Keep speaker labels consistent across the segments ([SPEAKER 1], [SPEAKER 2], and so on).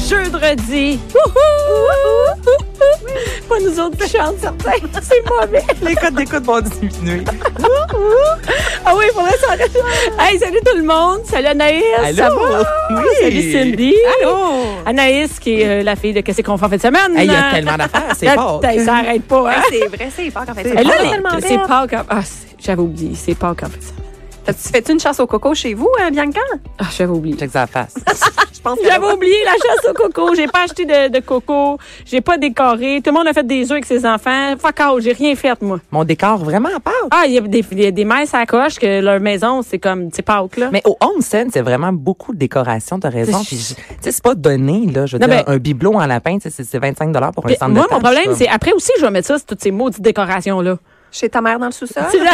[SPEAKER 1] jeudi. Wouhou! Pas nous autres qui chantent, certains. C'est mauvais.
[SPEAKER 2] Les codes d'écoute vont diminuer.
[SPEAKER 1] Ah oui, pour ça. Hey, salut tout le monde. Salut Anaïs.
[SPEAKER 2] Allô?
[SPEAKER 1] Ça va? Ah,
[SPEAKER 2] Oui.
[SPEAKER 1] Salut Cindy.
[SPEAKER 3] Oh!
[SPEAKER 2] Allô?
[SPEAKER 1] Anaïs, qui est euh, la fille de Qu'est-ce qu'on fait en fin de semaine?
[SPEAKER 2] Hey, Il y a tellement d'affaires, c'est
[SPEAKER 1] Ah,
[SPEAKER 2] fort.
[SPEAKER 1] putain, Ça n'arrête pas, hein?
[SPEAKER 3] Ouais, c'est vrai, c'est fort en fait.
[SPEAKER 2] C'est
[SPEAKER 1] Elle
[SPEAKER 2] Elle
[SPEAKER 1] là,
[SPEAKER 2] est
[SPEAKER 1] les-
[SPEAKER 3] tellement
[SPEAKER 1] c'est
[SPEAKER 3] belle.
[SPEAKER 1] Pâques. en- Ah, c'est- j'avais oublié, c'est Pâques en fait. ça.
[SPEAKER 3] Tu fais une chasse au coco chez vous, hein, Bianca?
[SPEAKER 1] Ah, j'avais oublié.
[SPEAKER 2] Check sa face.
[SPEAKER 3] Je pense
[SPEAKER 1] J'avais oublié la chasse au coco. J'ai pas acheté de, de coco. J'ai pas décoré. Tout le monde a fait des œufs avec ses enfants. Fuck out, j'ai rien fait, moi.
[SPEAKER 2] Mon décor vraiment à part.
[SPEAKER 1] Ah, il y a des, il y a des messes à la coche que leur maison, c'est comme, c'est Pâques, là.
[SPEAKER 2] Mais au home scène, c'est vraiment beaucoup de décoration, t'as raison.
[SPEAKER 1] C'est-
[SPEAKER 2] Puis, je- tu sais, c'est pas donné, là. Je veux
[SPEAKER 1] Non,
[SPEAKER 2] dire,
[SPEAKER 1] ben-
[SPEAKER 2] un bibelot en lapin, tu sais, c'est c'est 25 pour un
[SPEAKER 1] Puis
[SPEAKER 2] centre
[SPEAKER 1] moi,
[SPEAKER 2] de
[SPEAKER 1] mon
[SPEAKER 2] tâches,
[SPEAKER 1] problème,
[SPEAKER 2] là.
[SPEAKER 1] c'est après aussi, je vais mettre ça, c'est toutes ces maudites décorations-là.
[SPEAKER 3] Chez ta mère dans le sous-sol?
[SPEAKER 1] C'est là-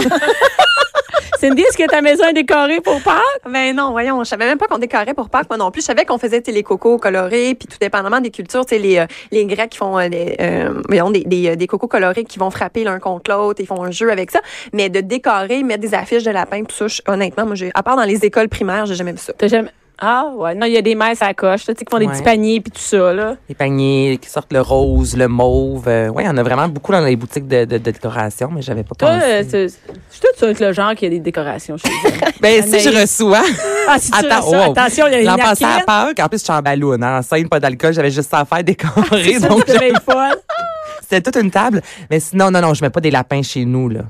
[SPEAKER 1] Cindy, est-ce que ta maison est décorée pour Pâques?
[SPEAKER 3] Ben non, voyons, je savais même pas qu'on décorait pour Pâques, moi non plus. Je savais qu'on faisait tu sais, les cocos colorés, puis tout dépendamment des cultures, tu sais, les, euh, les Grecs qui font euh, les, euh, voyons, des, des, euh, des cocos colorés qui vont frapper l'un contre l'autre, ils font un jeu avec ça. Mais de décorer, mettre des affiches de lapin, tout ça, je- honnêtement, moi, j'ai, à part dans les écoles primaires, j'ai jamais vu ça.
[SPEAKER 1] T'as jamais. Ah, ouais. Non, il y a des messes à la coche, là, tu sais, qui font des
[SPEAKER 2] Ouais.
[SPEAKER 1] petits paniers puis tout ça, là.
[SPEAKER 2] Les paniers qui sortent le rose, le mauve. euh, ouais, il y en a vraiment beaucoup dans les boutiques de, de- de décoration, mais j'avais pas
[SPEAKER 1] Toi,
[SPEAKER 2] pensé.
[SPEAKER 1] euh, c'est- je suis toute sûre que le genre qui a des décorations chez vous.
[SPEAKER 2] ben, si
[SPEAKER 1] Anaïs.
[SPEAKER 2] je reçois.
[SPEAKER 1] Ah, si tu
[SPEAKER 2] Attends,
[SPEAKER 1] restes ça,
[SPEAKER 2] wow.
[SPEAKER 1] attention, il y a
[SPEAKER 2] L'an
[SPEAKER 1] une
[SPEAKER 2] passé à
[SPEAKER 1] narquette.
[SPEAKER 2] Pâques, en plus, je suis en ballon, hein, en scène, pas d'alcool, j'avais juste ça à faire décorer.
[SPEAKER 1] Ça,
[SPEAKER 2] donc,
[SPEAKER 1] tu devais être folle.
[SPEAKER 2] c'était toute une table. Mais sinon, non, non, je mets pas des lapins chez nous, là.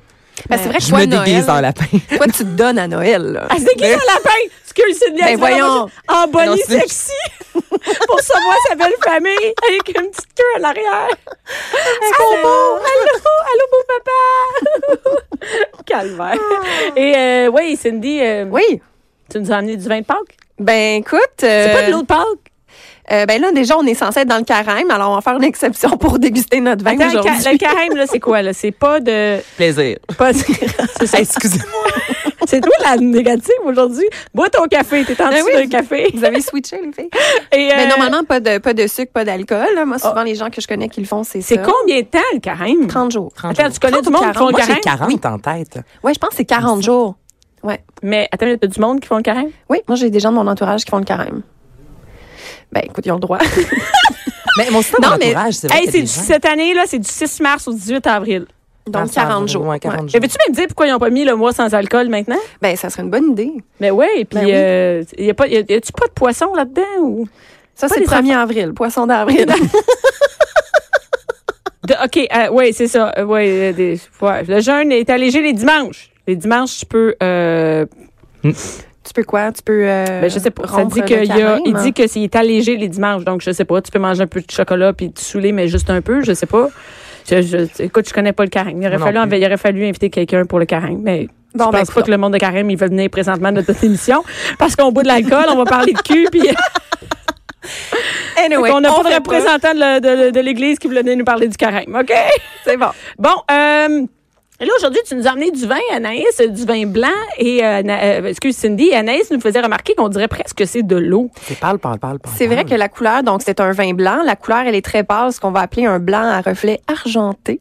[SPEAKER 3] Ben, c'est vrai que
[SPEAKER 2] Je
[SPEAKER 3] toi,
[SPEAKER 2] me
[SPEAKER 3] Noël,
[SPEAKER 2] déguise en lapin.
[SPEAKER 3] toi, tu te donnes à Noël, là.
[SPEAKER 1] Elle se déguise en lapin. Excuse, Cindy, elle
[SPEAKER 3] Ben
[SPEAKER 1] se fait
[SPEAKER 3] voyons.
[SPEAKER 1] ramasser En
[SPEAKER 2] Non,
[SPEAKER 1] bonnie
[SPEAKER 2] c'est-
[SPEAKER 1] sexy. pour savoir sa belle famille avec une petite queue à l'arrière. Allô, allô, allô, beau papa. Calvaire. Et euh, oui, Cindy, euh,
[SPEAKER 3] Oui.
[SPEAKER 1] tu nous as amené du vin de Pâques.
[SPEAKER 3] Ben écoute,
[SPEAKER 1] C'est pas
[SPEAKER 3] euh,
[SPEAKER 1] de l'eau de Pâques.
[SPEAKER 3] euh, ben là déjà on est censé être dans le carême, alors on va faire une exception pour déguster notre vin
[SPEAKER 1] Attends, le,
[SPEAKER 3] ben, aujourd'hui.
[SPEAKER 1] ca- le carême, là, c'est quoi? là? C'est pas de...
[SPEAKER 2] Plaisir.
[SPEAKER 1] pas de- c'est ça.
[SPEAKER 2] Hey, Excusez-moi.
[SPEAKER 1] C'est toi la négative aujourd'hui. Bois ton café, t'es en
[SPEAKER 3] Ben
[SPEAKER 1] dessous
[SPEAKER 3] oui.
[SPEAKER 1] d'un café.
[SPEAKER 3] Vous avez switché les filles.
[SPEAKER 1] Et, euh, Oh.
[SPEAKER 3] Mais normalement pas de pas de sucre, pas d'alcool. là. Moi souvent les gens que je connais qui le font c'est
[SPEAKER 1] C'est
[SPEAKER 3] ça.
[SPEAKER 1] combien de temps le carême?
[SPEAKER 3] 30 jours.
[SPEAKER 1] Attends, tu connais du monde qui font le
[SPEAKER 2] Moi, j'ai
[SPEAKER 1] carême?
[SPEAKER 2] 40 en tête.
[SPEAKER 3] Ouais, je pense que c'est 40 jours. Ouais.
[SPEAKER 1] Mais attends, il y a du monde qui font le carême?
[SPEAKER 3] Oui, moi j'ai des gens de mon entourage qui font le carême. Ben écoute, ils ont le droit.
[SPEAKER 2] Mais mon système
[SPEAKER 3] Non, mais-
[SPEAKER 2] d'entourage, c'est vrai
[SPEAKER 1] Hey,
[SPEAKER 2] qu'il y
[SPEAKER 1] c'est
[SPEAKER 2] a
[SPEAKER 1] du-
[SPEAKER 2] des gens-
[SPEAKER 1] cette année, là, c'est du 6 mars au 18 avril.
[SPEAKER 3] Donc
[SPEAKER 2] Ah,
[SPEAKER 3] 40 jours.
[SPEAKER 2] ouais, 40
[SPEAKER 3] Ouais.
[SPEAKER 2] jours.
[SPEAKER 1] J'avais-tu me dire pourquoi ils n'ont pas mis le mois sans alcool maintenant?
[SPEAKER 3] Ben ça serait une bonne idée.
[SPEAKER 1] Mais ouais, puis
[SPEAKER 3] Ben oui.
[SPEAKER 1] euh, y a pas, y a- y a-tu pas de poisson là-dedans ou?
[SPEAKER 3] Ça
[SPEAKER 1] Pas
[SPEAKER 3] c'est le
[SPEAKER 1] des
[SPEAKER 3] 1er avril, poisson d'avril.
[SPEAKER 1] De- ok, euh, ouais, c'est ça. Euh, ouais, euh, des- ouais. le jeûne est allégé les dimanches. Les dimanches, tu peux. Euh,
[SPEAKER 3] tu peux quoi Tu peux euh,
[SPEAKER 1] ben, je sais pas. Ça
[SPEAKER 3] rompre
[SPEAKER 1] dit
[SPEAKER 3] le
[SPEAKER 1] qu'il y a,
[SPEAKER 3] carême,
[SPEAKER 1] il
[SPEAKER 3] hein?
[SPEAKER 1] dit que c'est allégé les dimanches, donc je sais pas. Tu peux manger un peu de chocolat puis te saouler, mais juste un peu, je sais pas. Je, je- écoute, je connais pas le carême. Il aurait,
[SPEAKER 2] Non
[SPEAKER 1] fallu,
[SPEAKER 2] plus.
[SPEAKER 1] il aurait fallu inviter quelqu'un pour le carême, mais
[SPEAKER 3] Bon,
[SPEAKER 1] je
[SPEAKER 3] ben,
[SPEAKER 1] pense pas que le monde de carême, il va venir présentement à notre émission. Parce qu'on boit de l'alcool, on va parler de cul, puis
[SPEAKER 3] hein. anyway,
[SPEAKER 1] on a pas de
[SPEAKER 3] fait
[SPEAKER 1] représentant de, la- de- de- de l'Église qui voulait venir nous parler du carême, OK?
[SPEAKER 3] C'est bon.
[SPEAKER 1] Bon, euh, là, aujourd'hui, tu nous as amené du vin, Anaïs, euh, du vin blanc, et, euh, Ana- euh, excuse, Cindy, et Anaïs nous faisait remarquer qu'on dirait presque que c'est de l'eau.
[SPEAKER 2] C'est parle, parle, parle, parle.
[SPEAKER 3] C'est vrai
[SPEAKER 2] parle.
[SPEAKER 3] que la couleur, donc c'est un vin blanc. La couleur, elle est très pâle, ce qu'on va appeler un blanc à reflet argenté.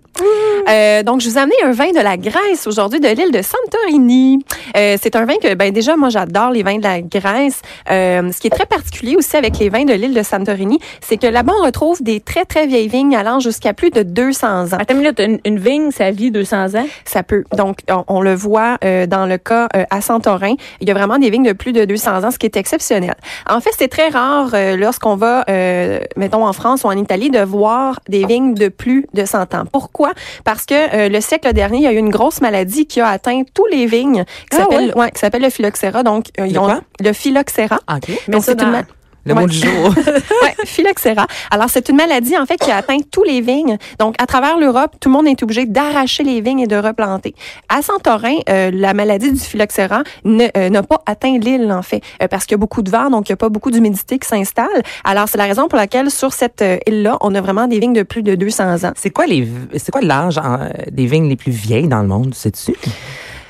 [SPEAKER 3] Euh, donc, je vous ai amené un vin de la Grèce aujourd'hui, de l'île de Santorini. Euh, c'est un vin que, ben déjà, moi, j'adore les vins de la Grèce. Euh, ce qui est très particulier aussi avec les vins de l'île de Santorini, c'est que là-bas, on retrouve des très, très vieilles vignes allant jusqu'à plus de 200 ans.
[SPEAKER 1] Attends une minute, une, une vigne, ça vit 200 ans.
[SPEAKER 3] Ça peut. Donc, on, on le voit euh, dans le cas euh, à Santorin. Il y a vraiment des vignes de plus de 200 ans, ce qui est exceptionnel. En fait, c'est très rare euh, lorsqu'on va, euh, mettons, en France ou en Italie, de voir des vignes de plus de 100 ans. Pourquoi? Parce que euh, le siècle dernier, il y a eu une grosse maladie qui a atteint tous les vignes, qui
[SPEAKER 1] Ah
[SPEAKER 3] s'appelle ouais, qui s'appelle le phylloxéra. Donc, euh, ils
[SPEAKER 2] Le
[SPEAKER 3] ont-
[SPEAKER 2] quoi?
[SPEAKER 3] le phylloxéra.
[SPEAKER 2] Ah. OK.
[SPEAKER 1] Mais
[SPEAKER 3] Donc,
[SPEAKER 1] ça,
[SPEAKER 3] c'est une
[SPEAKER 1] dans-
[SPEAKER 3] ma-
[SPEAKER 2] Le
[SPEAKER 3] Ouais.
[SPEAKER 2] mot du jour.
[SPEAKER 3] Ouais, phylloxéra. Alors, c'est une maladie, en fait, qui a atteint tous les vignes. Donc, à travers l'Europe, tout le monde est obligé d'arracher les vignes et de replanter. À Santorin, euh, la maladie du phylloxéra ne- euh, n'a pas atteint l'île, en fait, euh, parce qu'il y a beaucoup de vent, donc il n'y a pas beaucoup d'humidité qui s'installe. Alors, c'est la raison pour laquelle, sur cette euh, île-là, on a vraiment des vignes de plus de 200 ans.
[SPEAKER 2] C'est quoi les v- c'est quoi l'âge en- euh, des vignes les plus vieilles dans le monde, sais-tu?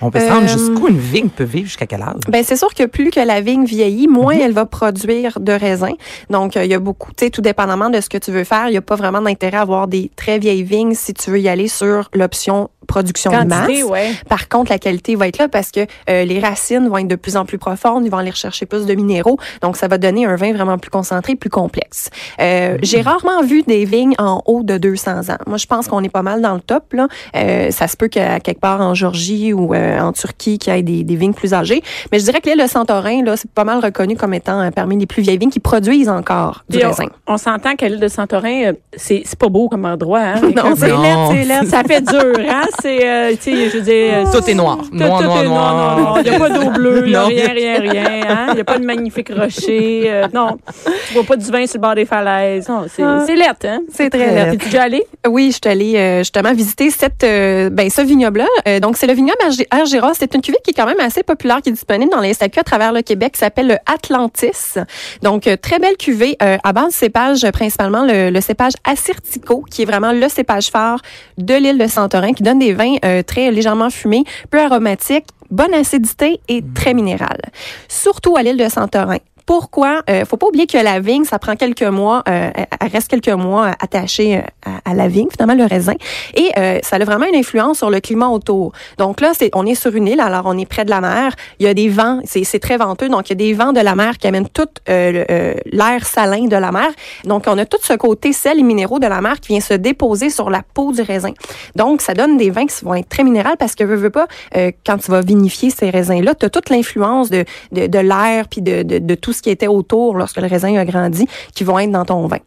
[SPEAKER 2] On peut se
[SPEAKER 3] Euh,
[SPEAKER 2] rendre jusqu'où une vigne peut vivre jusqu'à quel âge?
[SPEAKER 3] Ben c'est sûr que plus que la vigne vieillit, moins elle va produire de raisins. Donc euh, il y a beaucoup, tu sais, tout dépendamment de ce que tu veux faire, il n'y a pas vraiment d'intérêt à avoir des très vieilles vignes si tu veux y aller sur l'option production
[SPEAKER 1] Quantité,
[SPEAKER 3] de masse.
[SPEAKER 1] ouais.
[SPEAKER 3] Par contre, la qualité va être là parce que euh, les racines vont être de plus en plus profondes, ils vont aller rechercher plus de minéraux, donc ça va donner un vin vraiment plus concentré, plus complexe.
[SPEAKER 1] Mm-hmm.
[SPEAKER 3] Euh, J'ai rarement vu des vignes en haut de 200 ans. Moi, je pense qu'on est pas mal dans le top. Là. Euh, ça se peut qu'à quelque part en Georgie ou euh, en Turquie qu'il y ait des, des vignes plus âgées, mais je dirais que l'île de Santorin, là, c'est pas mal reconnu comme étant euh, parmi les plus vieilles vignes qui produisent encore du
[SPEAKER 1] Puis on-
[SPEAKER 3] raisin.
[SPEAKER 1] On, s'entend qu'à l'île de Santorin, euh, c'est c'est pas beau comme endroit. Hein?
[SPEAKER 3] Non,
[SPEAKER 1] c'est
[SPEAKER 2] non.
[SPEAKER 1] laid, c'est laid. Ça fait dur, hein? C'est, euh, tu sais, je veux dire... euh,
[SPEAKER 2] Tout est noir.
[SPEAKER 1] tout-
[SPEAKER 2] Noir,
[SPEAKER 1] tout
[SPEAKER 2] noir,
[SPEAKER 1] est
[SPEAKER 2] noir.
[SPEAKER 1] Il n'y a pas d'eau bleue, il n'y a
[SPEAKER 2] Non.
[SPEAKER 1] rien, rien, rien. hein. Il n'y a pas de magnifique rocher. euh, non, tu bois pas du vin sur le bord des falaises. Non, c'est
[SPEAKER 3] Ah.
[SPEAKER 1] c'est laid, hein?
[SPEAKER 3] C'est très laid.
[SPEAKER 1] laid. T'es déjà allé?
[SPEAKER 3] Oui, je suis allée euh, justement visiter cette, euh, ben, ce vignoble-là. Euh, donc, c'est le vignoble Arg- Argéra. C'est une cuvée qui est quand même assez populaire, qui est disponible dans les SAQ à travers le Québec, qui s'appelle le Atlantis. Donc, euh, très belle cuvée euh, à base de cépage, euh, principalement le, le cépage Assyrtico, qui est vraiment le cépage phare de l'île de Santorin, qui donne des vins euh, très légèrement fumés, peu aromatiques, bonne acidité et très minérale. Surtout à l'île de Santorin. Pourquoi? Euh, faut pas oublier que la vigne, ça prend quelques mois, euh, elle- elle reste quelques mois euh, attachée euh, à, à la vigne, finalement, le raisin. Et euh, ça a vraiment une influence sur le climat autour. Donc là, c'est, on est sur une île, alors on est près de la mer. Il y a des vents, c'est, c'est très venteux, donc il y a des vents de la mer qui amènent tout euh, le- euh, l'air salin de la mer. Donc on a tout ce côté sel et minéraux de la mer qui vient se déposer sur la peau du raisin. Donc ça donne des vins qui vont être très minérales parce que veux, veux pas, euh, quand tu vas vinifier ces raisins-là, tu as toute l'influence de, de, de l'air puis de, de, de tout ce qui était autour lorsque le raisin a grandi qui vont être dans ton vin.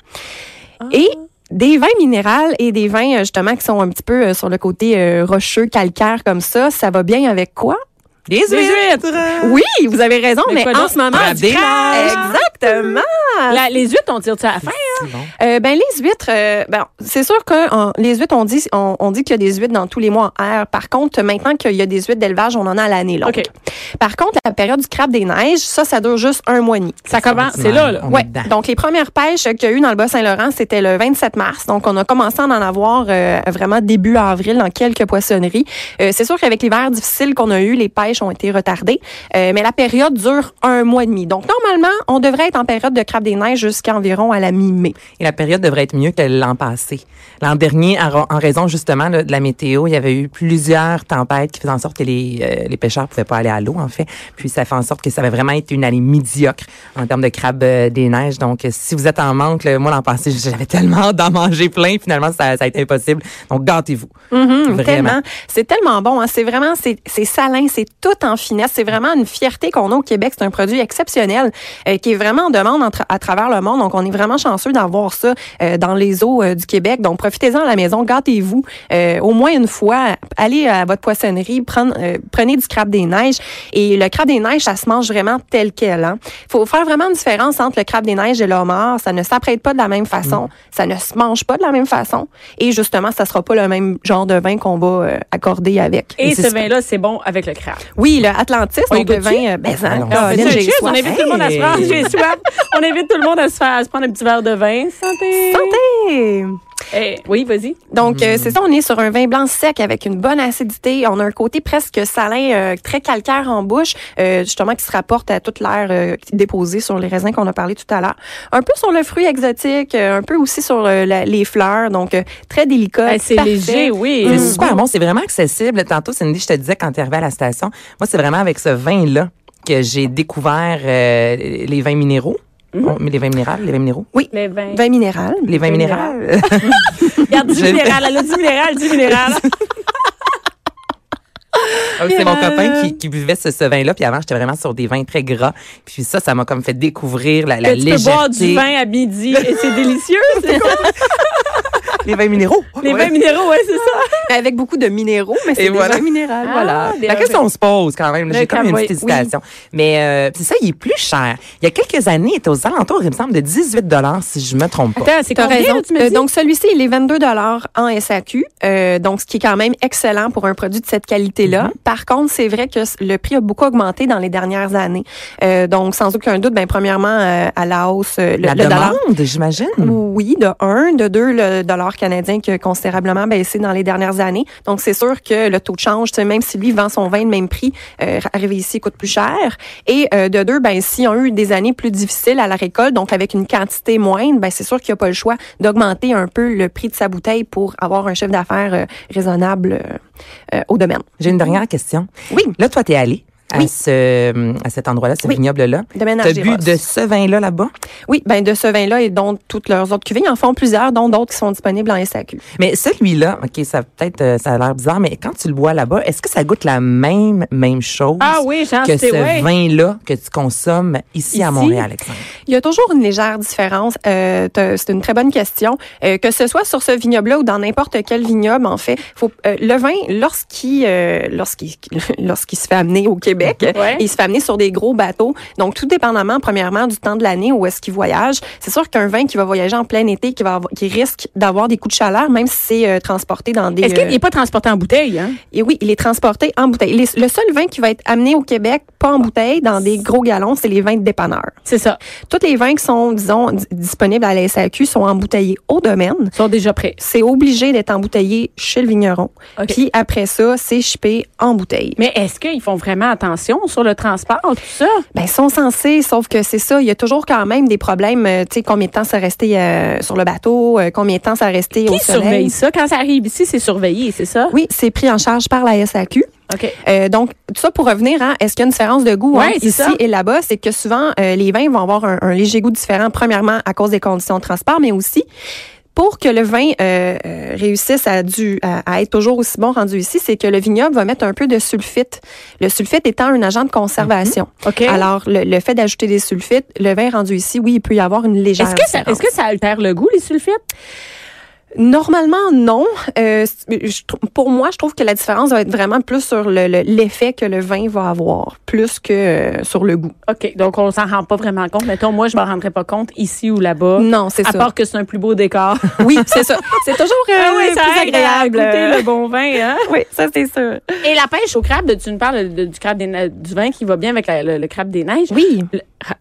[SPEAKER 1] Ah.
[SPEAKER 3] Et des vins minérales et des vins euh, justement qui sont un petit peu euh, sur le côté euh, rocheux, calcaire comme ça, ça va bien avec quoi?
[SPEAKER 2] Des
[SPEAKER 1] Des huîtres.
[SPEAKER 3] Oui, vous avez raison,
[SPEAKER 1] Ah. Mais
[SPEAKER 3] mais,
[SPEAKER 1] quoi
[SPEAKER 3] en
[SPEAKER 1] donc?
[SPEAKER 3] ce moment,
[SPEAKER 2] Ah,
[SPEAKER 1] du
[SPEAKER 2] des
[SPEAKER 1] crabe.
[SPEAKER 2] larmes.
[SPEAKER 3] exactement.
[SPEAKER 1] La- les huîtres, on tire ça à la fin.
[SPEAKER 2] C'est bon.
[SPEAKER 3] Euh, ben les huîtres, euh, ben, c'est sûr que en- les huîtres, on dit, on, on dit qu'il y a des huîtres dans tous les mois en air. Par contre, maintenant qu'il y a des huîtres d'élevage, on en a à l'année longue.
[SPEAKER 1] OK.
[SPEAKER 3] Par contre, la période du crabe des neiges, ça, ça dure juste un mois et demi.
[SPEAKER 1] Ça commence, c'est là, là.
[SPEAKER 2] On est
[SPEAKER 3] Ouais.
[SPEAKER 2] dedans.
[SPEAKER 3] Donc, les premières pêches qu'il y a eu dans le Bas-Saint-Laurent, c'était le 27 mars. Donc, on a commencé à en avoir euh, vraiment début avril dans quelques poissonneries. Euh, c'est sûr qu'avec l'hiver difficile qu'on a eu, les pêches ont été retardées. Euh, mais la période dure un mois et demi. Donc, normalement, on devrait être en période de crabe des neiges jusqu'à environ à la mi-mai.
[SPEAKER 2] Et la période devrait être mieux que l'an passé. L'an dernier, en ra- en raison justement là, de la météo, il y avait eu plusieurs tempêtes qui faisaient en sorte que les, euh, les pêcheurs pouvaient pas aller à l'eau, en fait. Puis ça fait en sorte que ça avait vraiment été une année médiocre en termes de crabes euh, des neiges. Donc, euh, si vous êtes en manque, là, moi, l'an passé, j'avais tellement hâte d'en manger plein. Finalement, ça, ça a été impossible. Donc, gâtez-vous.
[SPEAKER 3] Mhm,
[SPEAKER 2] Vraiment.
[SPEAKER 3] tellement. C'est tellement bon. hein. C'est vraiment, c'est c'est salin, c'est tout en finesse. C'est vraiment une fierté qu'on a au Québec. C'est un produit exceptionnel euh, qui est vraiment en demande en tra- à travers le monde. Donc, on est vraiment chanceux d'avoir ça euh, dans les eaux euh, du Québec. Donc, profitez-en à la maison, gâtez-vous euh, au moins une fois. Allez à votre poissonnerie, prendre, euh, prenez du crabe des neiges. Et le crabe des neiges, ça se mange vraiment tel quel. Il faut faire vraiment une différence entre le crabe des neiges et le homard. Ça ne s'apprête pas de la même façon. Ça ne se mange pas de la même façon. Et justement, ça sera pas le même genre de vin qu'on va euh, accorder avec.
[SPEAKER 1] Et
[SPEAKER 2] Et
[SPEAKER 1] ce
[SPEAKER 2] c'est-
[SPEAKER 1] vin-là, c'est bon avec le crabe.
[SPEAKER 3] Oui, le Atlantis,
[SPEAKER 1] On y
[SPEAKER 3] donc le
[SPEAKER 1] goûte-tu?
[SPEAKER 3] vin... euh, ben, ça,
[SPEAKER 2] Allons.
[SPEAKER 1] On fait
[SPEAKER 3] Caroline,
[SPEAKER 1] ça,
[SPEAKER 3] j'ai
[SPEAKER 1] cheers, on
[SPEAKER 3] soif.
[SPEAKER 1] invite tout le monde à se faire.
[SPEAKER 2] Hey.
[SPEAKER 1] J'ai soif. On invite tout le monde à se faire, à se prendre un petit verre de vin. Santé.
[SPEAKER 3] Santé!
[SPEAKER 1] Eh, oui, vas-y.
[SPEAKER 3] Donc,
[SPEAKER 2] Mm-hmm.
[SPEAKER 3] euh, c'est ça, on est sur un vin blanc sec avec une bonne acidité. On a un côté presque salin, euh, très calcaire en bouche, euh, justement, qui se rapporte à toute l'air euh, déposée sur les raisins qu'on a parlé tout à l'heure. Un peu sur le fruit exotique, euh, un peu aussi sur euh, la- les fleurs, donc euh, très délicat.
[SPEAKER 1] Eh, c'est
[SPEAKER 3] parfait.
[SPEAKER 1] léger, oui.
[SPEAKER 2] C'est
[SPEAKER 1] Mm.
[SPEAKER 2] super bon, c'est vraiment accessible. Tantôt, Cindy, je te disais quand tu arrivais à la station, moi, c'est vraiment avec ce vin-là que j'ai découvert euh, les vins minéraux. Oh, mais les vins minéraux, les vins minéraux.
[SPEAKER 1] Les vins.
[SPEAKER 3] Vin minéral.
[SPEAKER 2] Les vins
[SPEAKER 1] Vins
[SPEAKER 2] minéraux.
[SPEAKER 1] Regarde, du
[SPEAKER 2] Je-
[SPEAKER 1] minéral, elle a du minéral, du minéral.
[SPEAKER 2] Ah oui, c'est mon
[SPEAKER 1] Minéral.
[SPEAKER 2] copain qui, qui buvait ce, ce vin-là. Puis avant, j'étais vraiment sur des vins très gras. Puis ça, ça m'a comme fait découvrir la, la
[SPEAKER 1] Que tu peux
[SPEAKER 2] légèreté.
[SPEAKER 1] boire du vin à midi et c'est délicieux. c'est-
[SPEAKER 2] Les vins minéraux.
[SPEAKER 1] Les
[SPEAKER 2] Ouais.
[SPEAKER 1] vins minéraux, ouais, c'est ça.
[SPEAKER 3] Avec beaucoup de minéraux, mais c'est
[SPEAKER 2] Et
[SPEAKER 3] des
[SPEAKER 2] voilà.
[SPEAKER 3] vins minéraux.
[SPEAKER 1] Ah,
[SPEAKER 3] voilà.
[SPEAKER 1] des
[SPEAKER 2] La
[SPEAKER 1] vins-
[SPEAKER 2] question se pose quand même. là.
[SPEAKER 1] Le
[SPEAKER 2] J'ai comme une
[SPEAKER 1] cowboy,
[SPEAKER 2] petite hésitation. Mais euh, c'est ça, il est plus cher. Il y a quelques années, il était aux alentours, il me semble, de 18 si je me trompe pas.
[SPEAKER 1] Attends, c'est
[SPEAKER 3] T'as
[SPEAKER 1] combien,
[SPEAKER 3] raison.
[SPEAKER 1] là, tu me
[SPEAKER 3] Euh,
[SPEAKER 1] dis?
[SPEAKER 3] donc, celui-ci, il est 22 en SAQ. euh, donc, ce qui est quand même excellent pour un produit de cette qualité-là.
[SPEAKER 1] Mm-hmm.
[SPEAKER 3] Par contre, c'est vrai que s- le prix a beaucoup augmenté dans les dernières années. Euh, donc, sans aucun doute, ben, premièrement, euh, à la hausse, euh, le,
[SPEAKER 2] La
[SPEAKER 3] le dollar.
[SPEAKER 2] demande, j'imagine.
[SPEAKER 3] Oui, de un. De deux, le dollar dollar canadien qui a considérablement baissé dans les dernières années. Donc, c'est sûr que le taux de change, tu sais, même si lui vend son vin de même prix, euh, arrivé ici, il coûte plus cher. Et euh, de deux, ben, s'ils ont eu des années plus difficiles à la récolte, donc avec une quantité moindre, ben, c'est sûr qu'il n'y a pas le choix d'augmenter un peu le prix de sa bouteille pour avoir un chef d'affaires euh, raisonnable euh, euh, au domaine.
[SPEAKER 2] J'ai une dernière question.
[SPEAKER 3] Oui.
[SPEAKER 2] Là, toi, t'es allé à,
[SPEAKER 3] Oui.
[SPEAKER 2] ce, à cet endroit-là, ce
[SPEAKER 3] Oui.
[SPEAKER 2] vignoble-là.
[SPEAKER 3] Domaine
[SPEAKER 2] T'as bu
[SPEAKER 3] Argyros.
[SPEAKER 2] de ce vin-là là-bas?
[SPEAKER 3] Oui, ben de ce vin-là et dont toutes leurs autres cuvées, ils en font plusieurs, dont d'autres qui sont disponibles en SAQ.
[SPEAKER 2] Mais celui-là, OK, ça peut-être euh, ça a l'air bizarre, mais quand tu le bois là-bas, est-ce que ça goûte la même même chose
[SPEAKER 1] Ah oui, j'en
[SPEAKER 2] que
[SPEAKER 1] sais,
[SPEAKER 2] ce
[SPEAKER 1] ouais.
[SPEAKER 2] vin-là que tu consommes ici, à
[SPEAKER 1] Ici?
[SPEAKER 2] Montréal, Alexandre?
[SPEAKER 3] Il y a toujours une légère différence. Euh, t'as- c'est une très bonne question. Euh, que ce soit sur ce vignoble-là ou dans n'importe quel vignoble, en fait, faut, euh, le vin, lorsqu'il euh, lorsqu'il lorsqu'il se fait amener au Québec,
[SPEAKER 1] Ouais.
[SPEAKER 3] il se fait amener sur des gros bateaux. Donc, tout dépendamment, premièrement, du temps de l'année où est-ce qu'il voyage. C'est sûr qu'un vin qui va voyager en plein été, qui va avoir- qui risque d'avoir des coups de chaleur, même si c'est euh, transporté dans des...
[SPEAKER 1] Est-ce
[SPEAKER 3] euh,
[SPEAKER 1] qu'il n'est pas transporté en bouteille, hein?
[SPEAKER 3] et oui, il est transporté en bouteille. Les- le seul vin qui va être amené au Québec, pas en bouteille, dans des gros galons, c'est les vins de dépanneur.
[SPEAKER 1] C'est ça.
[SPEAKER 3] Tous les vins qui sont, disons, di- disponibles à la SAQ sont embouteillés au domaine.
[SPEAKER 1] Ils sont déjà prêts.
[SPEAKER 3] C'est obligé d'être embouteillé chez le vigneron.
[SPEAKER 1] OK.
[SPEAKER 3] Puis après ça, c'est chipé en bouteille.
[SPEAKER 1] Mais est-ce qu'ils font vraiment attention sur le transport, tout ça?
[SPEAKER 3] Ben, ils sont censés, sauf que c'est ça, il y a toujours quand même des problèmes, euh, tu sais, combien de temps ça restait euh, sur le bateau, euh, combien de temps ça restait au
[SPEAKER 1] Qui
[SPEAKER 3] soleil.
[SPEAKER 1] surveille ça? Quand ça arrive ici, c'est surveillé, c'est ça?
[SPEAKER 3] Oui, c'est pris en charge par la SAQ.
[SPEAKER 1] OK.
[SPEAKER 3] Euh, donc, tout ça pour revenir, hein, est-ce qu'il y a une différence de goût
[SPEAKER 1] Ouais,
[SPEAKER 3] entre
[SPEAKER 1] c'est
[SPEAKER 3] ici
[SPEAKER 1] ça.
[SPEAKER 3] et là-bas? C'est que souvent, euh, les vins vont avoir un, un léger goût différent, premièrement à cause des conditions de transport, mais aussi pour que le vin euh, euh, réussisse à, du, à, à être toujours aussi bon rendu ici, c'est que le vignoble va mettre un peu de sulfite. Le sulfite étant un agent de conservation.
[SPEAKER 1] Mhm. OK.
[SPEAKER 3] Alors, le, le fait d'ajouter des sulfites, le vin rendu ici, oui, il peut y avoir une légère
[SPEAKER 1] est-ce que, ça,
[SPEAKER 3] différence.
[SPEAKER 1] est-ce que ça altère le goût, les sulfites?
[SPEAKER 3] Normalement, non. Euh, je trou- pour moi, je trouve que la différence va être vraiment plus sur le- le- l'effet que le vin va avoir, plus que euh, sur le goût.
[SPEAKER 1] OK. Donc, on s'en rend pas vraiment compte. Mettons, moi, je m'en rendrais pas compte ici ou là-bas.
[SPEAKER 3] Non, c'est
[SPEAKER 1] À
[SPEAKER 3] ça.
[SPEAKER 1] part Ah que c'est un plus beau décor.
[SPEAKER 3] Oui, c'est ça. C'est toujours euh, plus agréable.
[SPEAKER 1] Goûter le bon vin, hein?
[SPEAKER 3] oui, ça, c'est sûr.
[SPEAKER 1] Et la pêche au crabe, tu nous parles de- du crabe des ne- du vin qui va bien avec la- le, le crabe des neiges.
[SPEAKER 3] Oui.
[SPEAKER 1] Le- ra-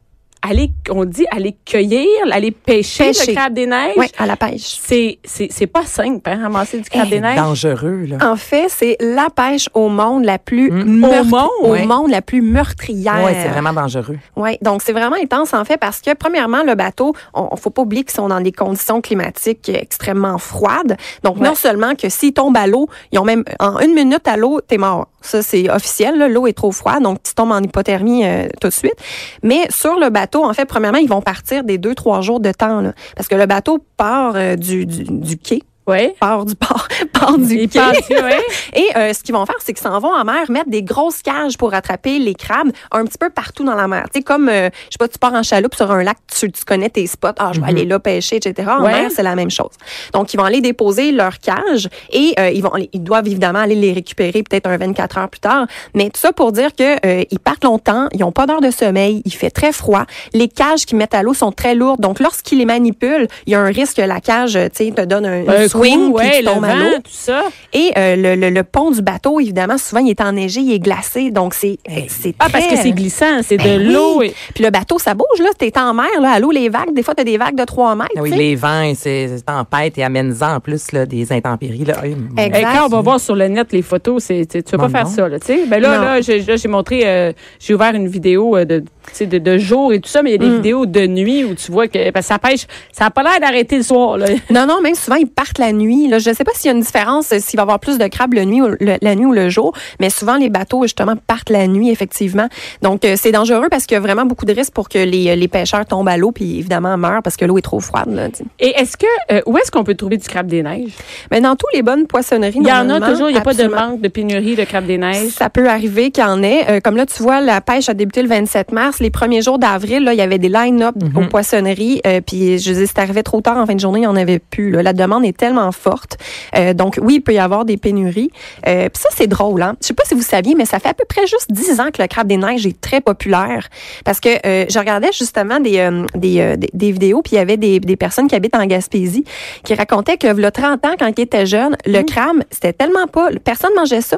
[SPEAKER 1] aller, on dit aller cueillir, aller pêcher, le
[SPEAKER 3] Pêcher.
[SPEAKER 1] crabe des neiges.
[SPEAKER 3] Oui, à la pêche.
[SPEAKER 1] C'est, c'est, c'est pas simple, hein, ramasser du crabe
[SPEAKER 2] Eh,
[SPEAKER 1] des neiges.
[SPEAKER 2] dangereux, là.
[SPEAKER 3] En fait, c'est la pêche au monde la plus
[SPEAKER 2] Mm. Au
[SPEAKER 3] meurtri-
[SPEAKER 1] Mmh. monde,
[SPEAKER 2] ouais.
[SPEAKER 3] monde la plus meurtrière.
[SPEAKER 2] Ouais, c'est vraiment dangereux.
[SPEAKER 3] Oui, donc c'est vraiment intense en fait parce que premièrement le bateau, on, on faut pas oublier qu'ils sont dans des conditions climatiques extrêmement froides. Donc
[SPEAKER 1] Ouais.
[SPEAKER 3] non seulement que s'ils tombent à l'eau, ils ont même en une minute à l'eau, t'es mort. Ça c'est officiel, là, l'eau est trop froide, donc tu tombes en hypothermie euh, tout de suite. Mais sur le bateau, en fait, premièrement, ils vont partir des deux trois jours de temps là, parce que le bateau part euh, du, du, du quai,
[SPEAKER 1] Ouais.
[SPEAKER 3] part du port, part du
[SPEAKER 1] Les
[SPEAKER 3] quai.
[SPEAKER 1] pâtés, ouais.
[SPEAKER 3] Et euh, ce qu'ils vont faire, c'est qu'ils s'en vont en mer, mettre des grosses cages pour attraper les crabes un petit peu partout dans la mer. Tu sais, comme, euh, je sais pas, tu pars en chaloupe sur un lac, tu, tu connais tes spots, ah, je vais aller là pêcher, etc. En
[SPEAKER 1] Mhm. Ouais.
[SPEAKER 3] mer, c'est la même chose. Donc, ils vont aller déposer leurs cages et euh, ils vont, ils doivent évidemment aller les récupérer peut-être un 24 heures plus tard. Mais tout ça pour dire que euh, ils partent longtemps, ils ont pas d'heure de sommeil, il fait très froid. Les cages qu'ils mettent à l'eau sont très lourdes. Donc, lorsqu'ils les manipulent, il y a un risque que la cage, euh, tu sais, te donne un,
[SPEAKER 1] Un
[SPEAKER 3] swing
[SPEAKER 1] coup,
[SPEAKER 3] puis
[SPEAKER 1] ouais,
[SPEAKER 3] tu tombes
[SPEAKER 1] le
[SPEAKER 3] à l'eau.
[SPEAKER 1] vent, tout ça.
[SPEAKER 3] Et euh, le, le- le pont du bateau, évidemment, souvent, il est enneigé, il est glacé. Donc, c'est c'est
[SPEAKER 1] Ah, parce
[SPEAKER 3] très-
[SPEAKER 1] que c'est glissant, c'est
[SPEAKER 3] Ben
[SPEAKER 1] de
[SPEAKER 3] oui.
[SPEAKER 1] l'eau. et-
[SPEAKER 3] Puis le bateau, ça bouge, là. T'es en mer, là, à l'eau, les vagues. Des fois, t'as des vagues de 3 mètres.
[SPEAKER 2] Ah oui,
[SPEAKER 3] tu sais.
[SPEAKER 2] les vents, c'est tempête et amène-en en plus là, des intempéries. Là. Hey, mon-
[SPEAKER 1] Et
[SPEAKER 3] Exact.
[SPEAKER 1] quand on va voir sur le net les photos, c'est, tu tu peux pas
[SPEAKER 2] Non,
[SPEAKER 1] faire
[SPEAKER 2] non.
[SPEAKER 1] ça, là, tu sais. Ben là,
[SPEAKER 3] Non.
[SPEAKER 1] là, j'ai, là, j'ai montré, euh, j'ai ouvert une vidéo euh, de, tu sais, de, de jour et tout ça, mais il y a des vidéos de nuit où tu vois que parce que ça pêche, ça a pas l'air d'arrêter le soir, là.
[SPEAKER 3] Non, non, même souvent, ils partent la nuit. Là. Je ne sais pas s'il y a une différence, euh, s'il va y avoir plus de crabes le nuit ou le- la nuit ou le jour, mais souvent, les bateaux, justement, partent la nuit, effectivement. Donc, euh, c'est dangereux parce qu'il y a vraiment beaucoup de risques pour que les, euh, les pêcheurs tombent à l'eau puis, évidemment, meurent parce que l'eau est trop froide. Là, tu sais.
[SPEAKER 1] Et est-ce que, euh, où est-ce qu'on peut trouver du crabe des neiges?
[SPEAKER 3] mais dans toutes les bonnes poissonneries,
[SPEAKER 1] Il y en a
[SPEAKER 3] normalement,
[SPEAKER 1] toujours, il n'y a pas de
[SPEAKER 3] absolument.
[SPEAKER 1] manque de pénurie de crabe des neiges.
[SPEAKER 3] Ça peut arriver qu'il y en ait. Euh, comme là, tu vois, la pêche a débuté le 27 mars. Les premiers jours d'avril, là, il y avait des line-up aux poissonneries. Euh, puis, je dis, c'est arrivé trop tard en fin de journée, il n'y en avait plus. là. La demande est tellement forte. Euh, donc, oui, il peut y avoir des pénuries. Euh, puis ça, c'est drôle. Hein? Je sais pas si vous saviez, mais ça fait à peu près juste 10 ans que le crabe des neiges est très populaire. Parce que euh, je regardais justement des, euh, des, euh, des, des vidéos, puis il y avait des, des personnes qui habitent en Gaspésie qui racontaient que, le 30 ans, quand ils étaient jeunes, le crabe, c'était tellement pas... Personne mangeait ça.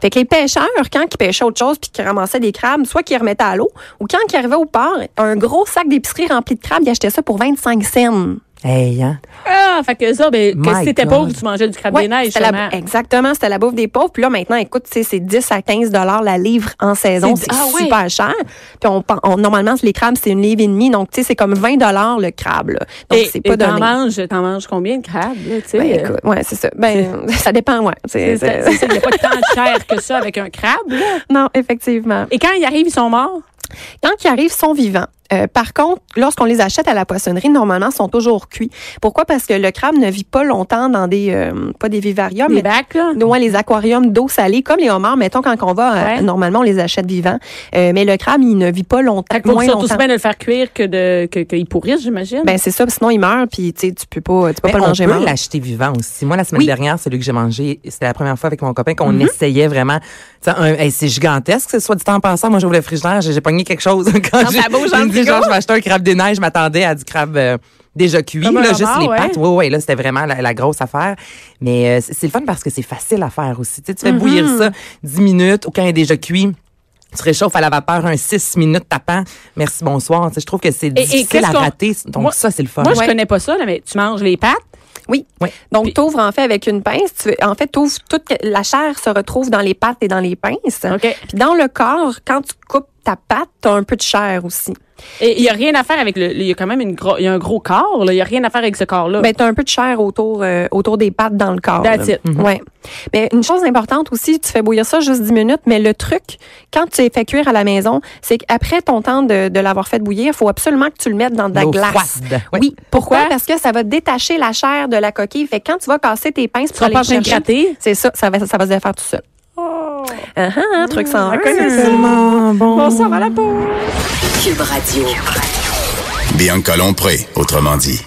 [SPEAKER 3] Fait que les pêcheurs, quand ils pêchaient autre chose puis qu'ils ramassaient des crabes, soit qu'ils remettaient à l'eau, ou quand ils arrivaient au port, un gros sac d'épicerie rempli de crabes, ils achetaient ça pour 25 cents.
[SPEAKER 2] Hey, hein?
[SPEAKER 1] Ah, fait que ça, ben, que
[SPEAKER 2] My
[SPEAKER 1] si t'étais
[SPEAKER 2] God.
[SPEAKER 1] pauvre, tu mangeais du crabe
[SPEAKER 3] Ouais,
[SPEAKER 1] des neiges,
[SPEAKER 3] c'était la-
[SPEAKER 1] sûrement.
[SPEAKER 3] exactement, c'était la bouffe des pauvres. Puis là, maintenant, écoute, tu sais, c'est 10 à 15 dollars la livre en saison.
[SPEAKER 1] C'est-
[SPEAKER 3] C'est
[SPEAKER 1] ah ouais.
[SPEAKER 3] super cher. Puis on, pen- on- normalement, les crabes, c'est une livre et demie. Donc, tu sais, c'est comme 20 dollars le crabe. là. Donc,
[SPEAKER 1] Et-
[SPEAKER 3] c'est
[SPEAKER 1] et
[SPEAKER 3] pas
[SPEAKER 1] t'en
[SPEAKER 3] donné.
[SPEAKER 1] manges, t'en manges combien de crabes, là, tu sais?
[SPEAKER 3] Ben,
[SPEAKER 1] euh,
[SPEAKER 3] écoute, ouais, c'est ça. Ben, ça dépend, ouais.
[SPEAKER 1] c'est
[SPEAKER 3] C'est-
[SPEAKER 1] ça,
[SPEAKER 3] c'est-
[SPEAKER 1] c'est ça, il n'y a pas tant de chair que ça avec un crabe, là.
[SPEAKER 3] Non, effectivement.
[SPEAKER 1] Et quand ils arrivent, ils sont morts.
[SPEAKER 3] Quand ils arrivent, ils sont vivants. Euh, par contre, lorsqu'on les achète à la poissonnerie, normalement, ils sont toujours cuits. Pourquoi? Parce que le crabe ne vit pas longtemps dans des, euh, pas des vivariums,
[SPEAKER 1] Les
[SPEAKER 3] mais
[SPEAKER 1] bacs, là.
[SPEAKER 3] Ouais, hein, les aquariums d'eau salée, comme les homards, mettons, quand on va, euh,
[SPEAKER 1] Ouais.
[SPEAKER 3] normalement, on les achète vivants. Euh, mais le crabe, il ne vit pas longtemps,
[SPEAKER 1] Fait que faut
[SPEAKER 3] moins
[SPEAKER 1] surtout
[SPEAKER 3] longtemps.
[SPEAKER 1] bien de le faire cuire que de, que, qu'ils pourrissent, j'imagine.
[SPEAKER 3] Ben, c'est ça, sinon il meurt, puis tu sais, tu peux pas, tu
[SPEAKER 1] Ben,
[SPEAKER 3] peux
[SPEAKER 2] Mais
[SPEAKER 3] pas le
[SPEAKER 2] on
[SPEAKER 3] manger
[SPEAKER 2] peut
[SPEAKER 3] mort.
[SPEAKER 2] l'acheter vivant aussi. Moi, la semaine
[SPEAKER 3] Oui.
[SPEAKER 2] dernière, celui que j'ai mangé, c'était la première fois avec mon copain qu'on essayait vraiment. Tu sais, un- hey, c'est gigantesque, ce soit du temps passant. Moi, j'ouvre le frigidaire, j'ai j'ai pogné quelque chose. Quand
[SPEAKER 3] Dans
[SPEAKER 2] j'ai
[SPEAKER 3] ta bouche,
[SPEAKER 2] j'ai
[SPEAKER 3] en
[SPEAKER 2] dit,
[SPEAKER 3] frigo.
[SPEAKER 2] genre, je vais acheter un crabe des neiges, je m'attendais à du crabe euh, déjà cuit,
[SPEAKER 1] Comme un
[SPEAKER 2] là, juste
[SPEAKER 1] homard,
[SPEAKER 2] les
[SPEAKER 1] ouais.
[SPEAKER 2] pattes. Oui, oui, là, c'était vraiment la, la grosse affaire. Mais euh, c'est c'est le fun parce que c'est facile à faire aussi. Tu sais, tu fais bouillir ça 10 minutes ou quand il est déjà cuit. Tu réchauffes à la vapeur un 6 minutes tapant. Merci, bonsoir. Tu sais, je trouve que c'est
[SPEAKER 1] et
[SPEAKER 2] difficile
[SPEAKER 1] qu'est-ce
[SPEAKER 2] à
[SPEAKER 1] qu'on-
[SPEAKER 2] rater. Donc,
[SPEAKER 1] Moi-
[SPEAKER 2] ça, c'est le fun.
[SPEAKER 1] Moi, je
[SPEAKER 3] Ouais.
[SPEAKER 1] connais pas ça, là, mais tu manges les pattes.
[SPEAKER 3] Oui.
[SPEAKER 2] Ouais.
[SPEAKER 3] Donc,
[SPEAKER 1] Puis-
[SPEAKER 3] t'ouvres en fait avec une pince. Tu, en fait, t'ouvres toute la chair se retrouve dans les pattes et dans les pinces.
[SPEAKER 1] OK.
[SPEAKER 3] Puis dans le corps, quand tu coupes ta patte, t'as un peu de chair aussi.
[SPEAKER 1] Et il y a rien à faire avec le. Il y a quand même une gro- il y a un gros corps, là. Il y a rien à faire avec ce corps-là.
[SPEAKER 3] Ben, t'as un peu de chair autour, euh, autour des pattes dans le corps.
[SPEAKER 1] That's
[SPEAKER 3] là.
[SPEAKER 1] it.
[SPEAKER 2] Mm-hmm.
[SPEAKER 3] Ouais. Mais une chose importante aussi, tu fais bouillir ça juste 10 minutes, mais le truc, quand tu les fais cuire à la maison, c'est qu'après ton temps de, de l'avoir fait bouillir, il faut absolument que tu le mettes dans de la
[SPEAKER 2] L'eau
[SPEAKER 3] glace.
[SPEAKER 2] froide. Ouais.
[SPEAKER 3] Oui. Pourquoi?
[SPEAKER 1] Pourquoi?
[SPEAKER 3] Parce que ça va détacher la chair de la coquille. Fait que quand tu vas casser tes pinces
[SPEAKER 1] tu seras
[SPEAKER 3] pour aller
[SPEAKER 1] pas en train de
[SPEAKER 3] chercher,
[SPEAKER 1] gratter.
[SPEAKER 3] c'est ça, ça va, ça va se défaire tout seul. Ah ah, un truc sans
[SPEAKER 1] elle
[SPEAKER 3] un.
[SPEAKER 1] connaît ça.
[SPEAKER 2] tellement bon.
[SPEAKER 1] Bon sang, va la peau.
[SPEAKER 4] Cube Radio.
[SPEAKER 5] Bianca Lompré, autrement dit.